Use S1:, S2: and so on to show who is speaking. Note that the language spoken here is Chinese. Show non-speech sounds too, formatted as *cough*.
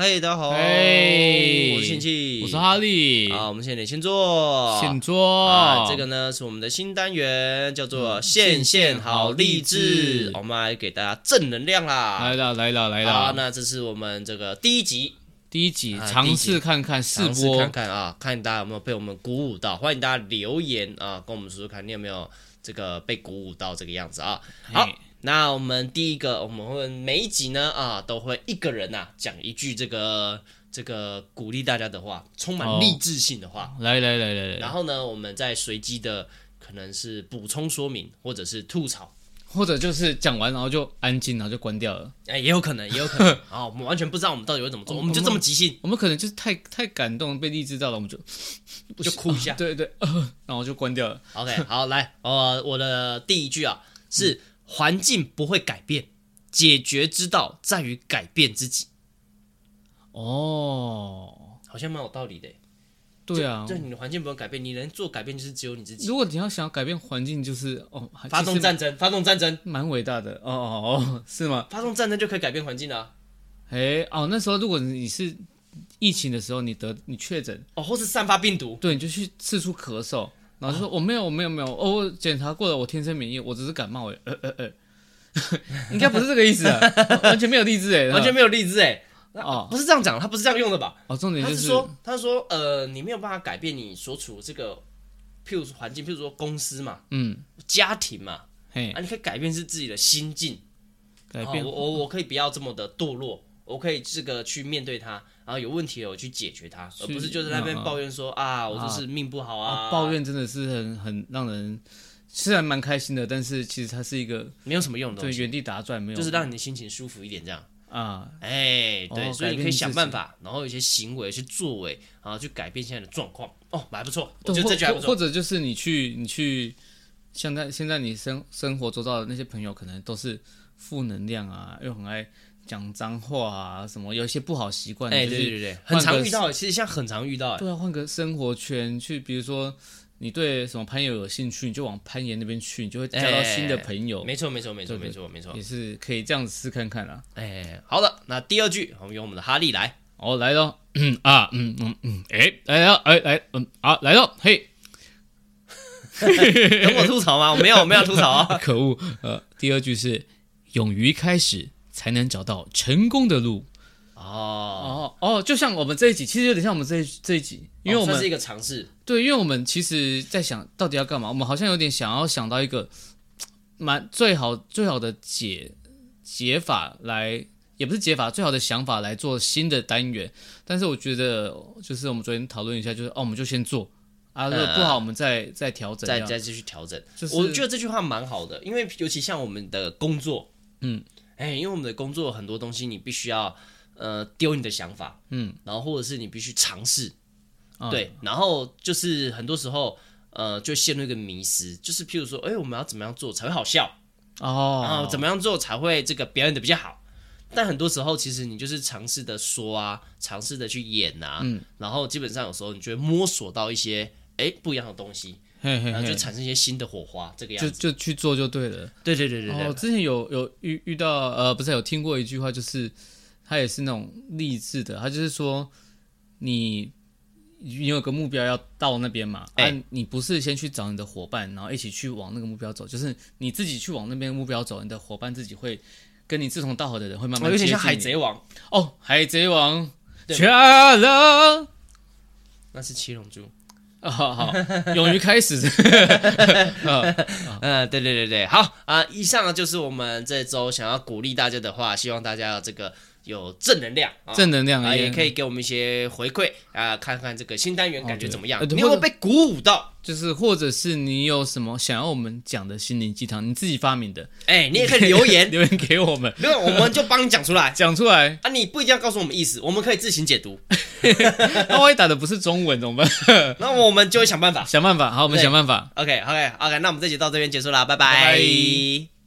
S1: 嗨，大家好，
S2: 哎
S1: 我是庆庆，
S2: 我是哈利，
S1: 好，我们现在先做，
S2: 现做、
S1: 哦啊，这个呢是我们的新单元，叫做“线线好励
S2: 嗯线
S1: 志
S2: 线好励志”，
S1: 我们来给大家正能量啦。
S2: 来了来了来
S1: 好，
S2: 了，
S1: 啊那这是我们这个第一集，
S2: 第一集
S1: 啊第一
S2: 尝
S1: 集
S2: 试看看试
S1: 尝试
S2: 播
S1: 看，看啊，看大家有没有被我们鼓舞到，欢迎大家留言啊，跟我们说说看你有没有这个被鼓舞到这个样子啊。好
S2: 嘿，
S1: 那我们第一个，我们会每一集呢啊，都会一个人呐、啊、讲一句这个这个鼓励大家的话，充满
S2: 哦
S1: 励志性的话。
S2: 来来来来
S1: 然
S2: 来，
S1: 后呢，我们再随机的可能是补充说明，或者是吐槽，
S2: 或者就是讲完然后就安静，然后就关掉了。
S1: 哎，也有可能，也有可
S2: *laughs*
S1: 能啊，我们完全不知道我们到底会怎么做，我们就这么即兴，
S2: 哦我们可能就是太太感动被励志到了，我们就
S1: 就哭一下。
S2: *laughs* 对对，呃然后就关掉了。
S1: OK，好， *laughs* 来，呃，我的第一句啊
S2: 嗯
S1: 是环境不会改变，解决之道在于改变自己，
S2: 哦，
S1: 好像蛮有道理的耶。
S2: 对啊，
S1: 对，你的环境不会改变，你能做改变就是只有你自己。
S2: 如果你要想要改变环境，就是哦，还
S1: 发动，
S2: 其
S1: 战争，发动战争，
S2: 实蛮伟大的哦哦哦，是吗？
S1: 发动战争就可以改变环境了、啊。
S2: 哎哦，那时候如果你是疫情的时候，你得你确诊。
S1: 哦，或是散发病毒，
S2: 对，你就去四处咳嗽，然后就说、我没有，我没有，没有，哦，我检查过了，我天生免疫，我只是感冒而已，呃呃呃， *laughs* 应该不是这个意思啊，完全没有励志哎，
S1: 完全没有励志哎、
S2: 哦
S1: 不是这样讲，他不是这样用的吧？
S2: 哦，重点
S1: 他
S2: 就是
S1: 说，他是说，呃，你没有办法改变你所处的这个，譬如说环境，譬如说公司嘛、
S2: 嗯，
S1: 家庭嘛，
S2: 嘿
S1: 啊，，你可以改变是自己的心境，
S2: 改
S1: 啊
S2: 变
S1: 我我我可以不要这么的堕落，我可以这个去面对它，然后有问题了我去解决它，而不是就在那边
S2: 嗯嗯
S1: 抱怨说啊，我就是命不好啊，
S2: 啊抱怨真的是很很让人。虽然蛮开心的，但是其实它是一个
S1: 没有什么用的
S2: 对
S1: 东西，
S2: 原地打转，没有
S1: 就是让你的心情舒服一点这样。
S2: 啊，
S1: 哎，对，
S2: 哦
S1: 所以
S2: 改
S1: 你
S2: 变
S1: 可以
S2: 自
S1: 想
S2: 己
S1: 办法，然后有些行为、有些作为，然后去改变现在的状况。哦，还不错，我
S2: 对
S1: 觉得这句还
S2: 或
S1: 不
S2: 或或
S1: 错。
S2: 者就是你去你去，像在现在你生生活周遭的那些朋友，可能都是负能量啊，又很爱讲脏话啊，什么有一些不好习惯，
S1: 哎，
S2: 就
S1: 对
S2: 是
S1: 对对对，很
S2: 换
S1: 常
S2: 个
S1: 遇到，其实现在很常遇到，哎，
S2: 对啊，换个生活圈去，比如说你对什么攀岩有兴趣，你就往攀岩那边去，你就会交到新的朋友，
S1: 哎没错没错没错
S2: 对
S1: 没
S2: 对
S1: 错没错
S2: 也。是可以这样子试看看啊。
S1: 哎，好的，那第二句，我们由我们的哈利来。 *laughs*
S2: 哦，来咯， *coughs* 嗯啊，嗯嗯嗯，哎，来了，哎来，嗯啊，来咯，嘿，
S1: 等我吐槽吗？我没有，我没有吐槽啊。*laughs*
S2: *laughs* 可恶，呃，第二句是勇于开始，才能找到成功的路。
S1: 哦，
S2: 哦哦，就像我们这一集，其实有点像我们这一这一集，因为
S1: 哦
S2: 我们、
S1: 算是一个尝试，
S2: 对，因为我们其实在想到底要干嘛，我们好像有点想要想到一个嘖蛮最好最好的解解法来，也不是解法，最好的想法来做新的单元。但是我觉得，就是我们昨天讨论一下，就是哦，我们就先做啊，如果不好，我们再再调整这
S1: 再
S2: 样。
S1: 再继续调整。
S2: 就是
S1: 我觉得这句话蛮好的，因为尤其像我们的工作，
S2: 嗯，
S1: 哎，因为我们的工作很多东西你必须要呃丢你的想法，
S2: 嗯，
S1: 然后或者是你必须尝试，
S2: 啊
S1: 对，然后就是很多时候呃就陷入一个迷失，就是譬如说，哎，我们要怎么样做才会好笑，然后
S2: 哦，
S1: 怎么样做才会这个表演的比较好。但很多时候，其实你就是尝试的说啊，尝试的去演啊，嗯、然后基本上有时候你就会摸索到一些哎不一样的东西，
S2: 嘿嘿
S1: 然后就
S2: 嘿，
S1: 产生一些新的火花，这个样
S2: 就
S1: 子。
S2: 就去做就对了。
S1: 对对对对对，
S2: 哦，之前有有遇遇到呃，不是有听过一句话，就是他也是那种励志的，他就是说你你有个目标要到那边嘛，
S1: 哎
S2: 啊，你不是先去找你的伙伴，然后一起去往那个目标走，就是你自己去往那边目标走，你的伙伴自己会跟你志同道合的人会慢慢
S1: 有
S2: 接
S1: 点
S2: 近
S1: 像海
S2: 你
S1: 贼王，
S2: 哦，海贼王，
S1: 对
S2: 加了。
S1: 那是七龙珠。
S2: 啊、好好，勇于开始。啊
S1: 嗯，对对对对，好啊、以上就是我们这周想要鼓励大家的话，希望大家有这个有正能量啊，
S2: 正能量
S1: 啊，也可
S2: 以，
S1: 以给我们一些回馈啊、看看这个新单元感觉
S2: 对
S1: 怎么样，
S2: 呃对
S1: 你有没有
S2: 或
S1: 被鼓舞到？
S2: 就是或者是你有什么想要我们讲的心灵鸡汤，你自己发明的，
S1: 哎，你也可以留言，
S2: *laughs* 留言给我们，
S1: 留言我们就帮你讲出来。
S2: 讲出来。
S1: 啊，你不一定要告诉我们意思，我们可以自行解读，
S2: 那万一打的不是中文怎么办？
S1: 那我们就会想办法。
S2: 想办法，好，我们
S1: 对
S2: 想办法。
S1: OK，OK，OK，那我们这集到这边结束啦，拜
S2: 拜
S1: 拜
S2: 拜